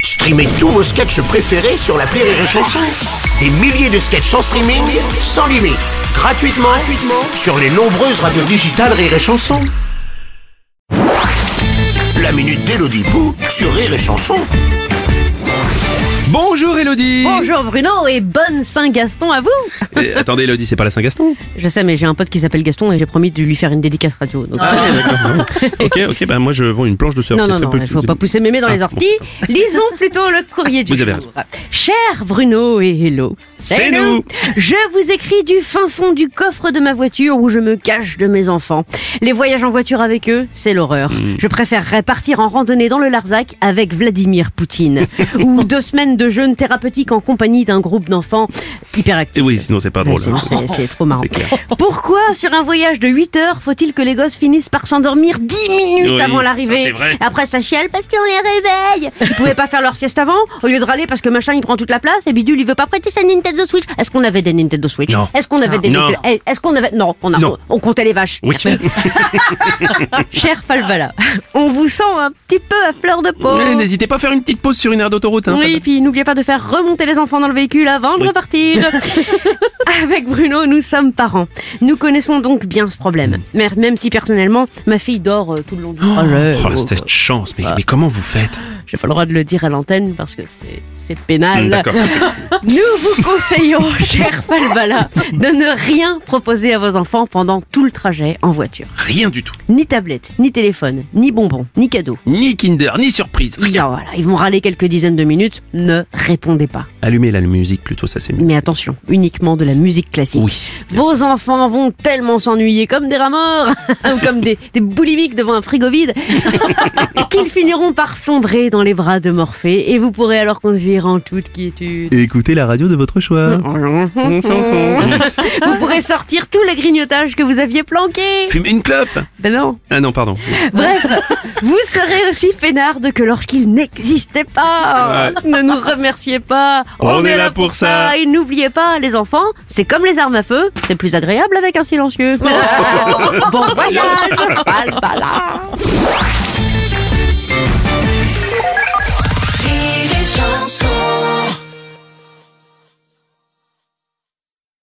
Streamez tous vos sketchs préférés sur la Rire et Chanson. Des milliers de sketchs en streaming, sans limite, gratuitement, gratuitement sur les nombreuses radios digitales Rire et Chanson. La minute d'Elodie sur Rire et Chanson. Bonjour Elodie Bonjour Bruno et bonne Saint-Gaston à vous Attendez Elodie, c'est pas la Saint-Gaston Je sais mais j'ai un pote qui s'appelle Gaston et j'ai promis de lui faire une dédicace radio. donc- Ah. Ok, ok, bah moi je vends une planche de surf. Ah, non, qui est non, très non, peu- il faut pas pousser mémé dans les orties. Lisons plutôt le courrier du Vous avez jour. Cher Bruno et Hello. C'est Hello. nous. Je vous écris du fin fond du coffre de ma voiture où je me cache de mes enfants. Les voyages en voiture avec eux, c'est l'horreur. Hmm. Je préférerais partir en randonnée dans le Larzac avec Vladimir Poutine. ou deux semaines de jeûne thérapeutique en compagnie d'un groupe d'enfants hyperactifs. Eh Oui, sinon c'est pas drôle. Eh, Ouais, sinon, c'est- C'est trop marrant. C'est clair. Pourquoi, sur un voyage de 8 heures, faut-il que les gosses finissent par s'endormir 10 minutes Oui, ça, avant c'est l'arrivée vrai. Après, ça chiale parce qu'on les réveille. Ils pouvaient pas faire leur sieste avant, au lieu de râler parce que machin il prend toute la place et Bidule il veut pas prêter sa Nintendo Switch. Est-ce qu'on avait des Nintendo Switch Non. Est-ce qu'on avait des Non. Nintendo- Eh, Est-ce qu'on avait. Non, on, a- Non. on comptait les vaches. Oui. Cher Falvala, on vous sent un petit peu à fleur de peau. Eh, N'hésitez pas à faire une petite pause sur une aire d'autoroute. hein. Oui, puis n'oubliez pas de faire remonter les enfants dans le véhicule avant de Oui. repartir. Avec Bruno, nous sommes parents. Nous connaissons donc bien ce problème. Mais même si personnellement, ma fille dort euh, tout le long du projet. Mm. Oh, la cette chance, Ah. mais, mais comment vous faites J'ai pas le droit de le dire à l'antenne parce que c'est- c'est pénal. Hmm, D'accord. Nous vous conseillons, cher Falbala, de ne rien proposer à vos enfants pendant tout le trajet en voiture. Rien du tout. Ni tablette, ni téléphone, ni bonbon, ni cadeau. Ni Kinder, ni surprise. Rien. Non, voilà, ils vont râler quelques dizaines de minutes. Ne répondez pas. Allumez la musique plutôt, ça c'est mieux. Mais attention, uniquement de la musique classique. Oui. Vos enfants vont tellement s'ennuyer comme des rats morts ou comme des, des boulimiques devant un frigo vide qu'ils finiront par sombrer dans les bras de Morphée et vous pourrez alors conduire en toute quiétude. Et écoutez la radio de votre choix. Hmm. Vous pourrez sortir tous les grignotages que vous aviez planqués. Fumez une clope Ben non. Ah non, pardon. Bref, vous serez aussi peinarde que lorsqu'il n'existait pas. Ne nous remerciez pas. On est là pour ça. Et n'oubliez pas, les enfants, c'est comme les armes à feu, c'est plus agréable avec un silencieux. bon voyage, Falbala.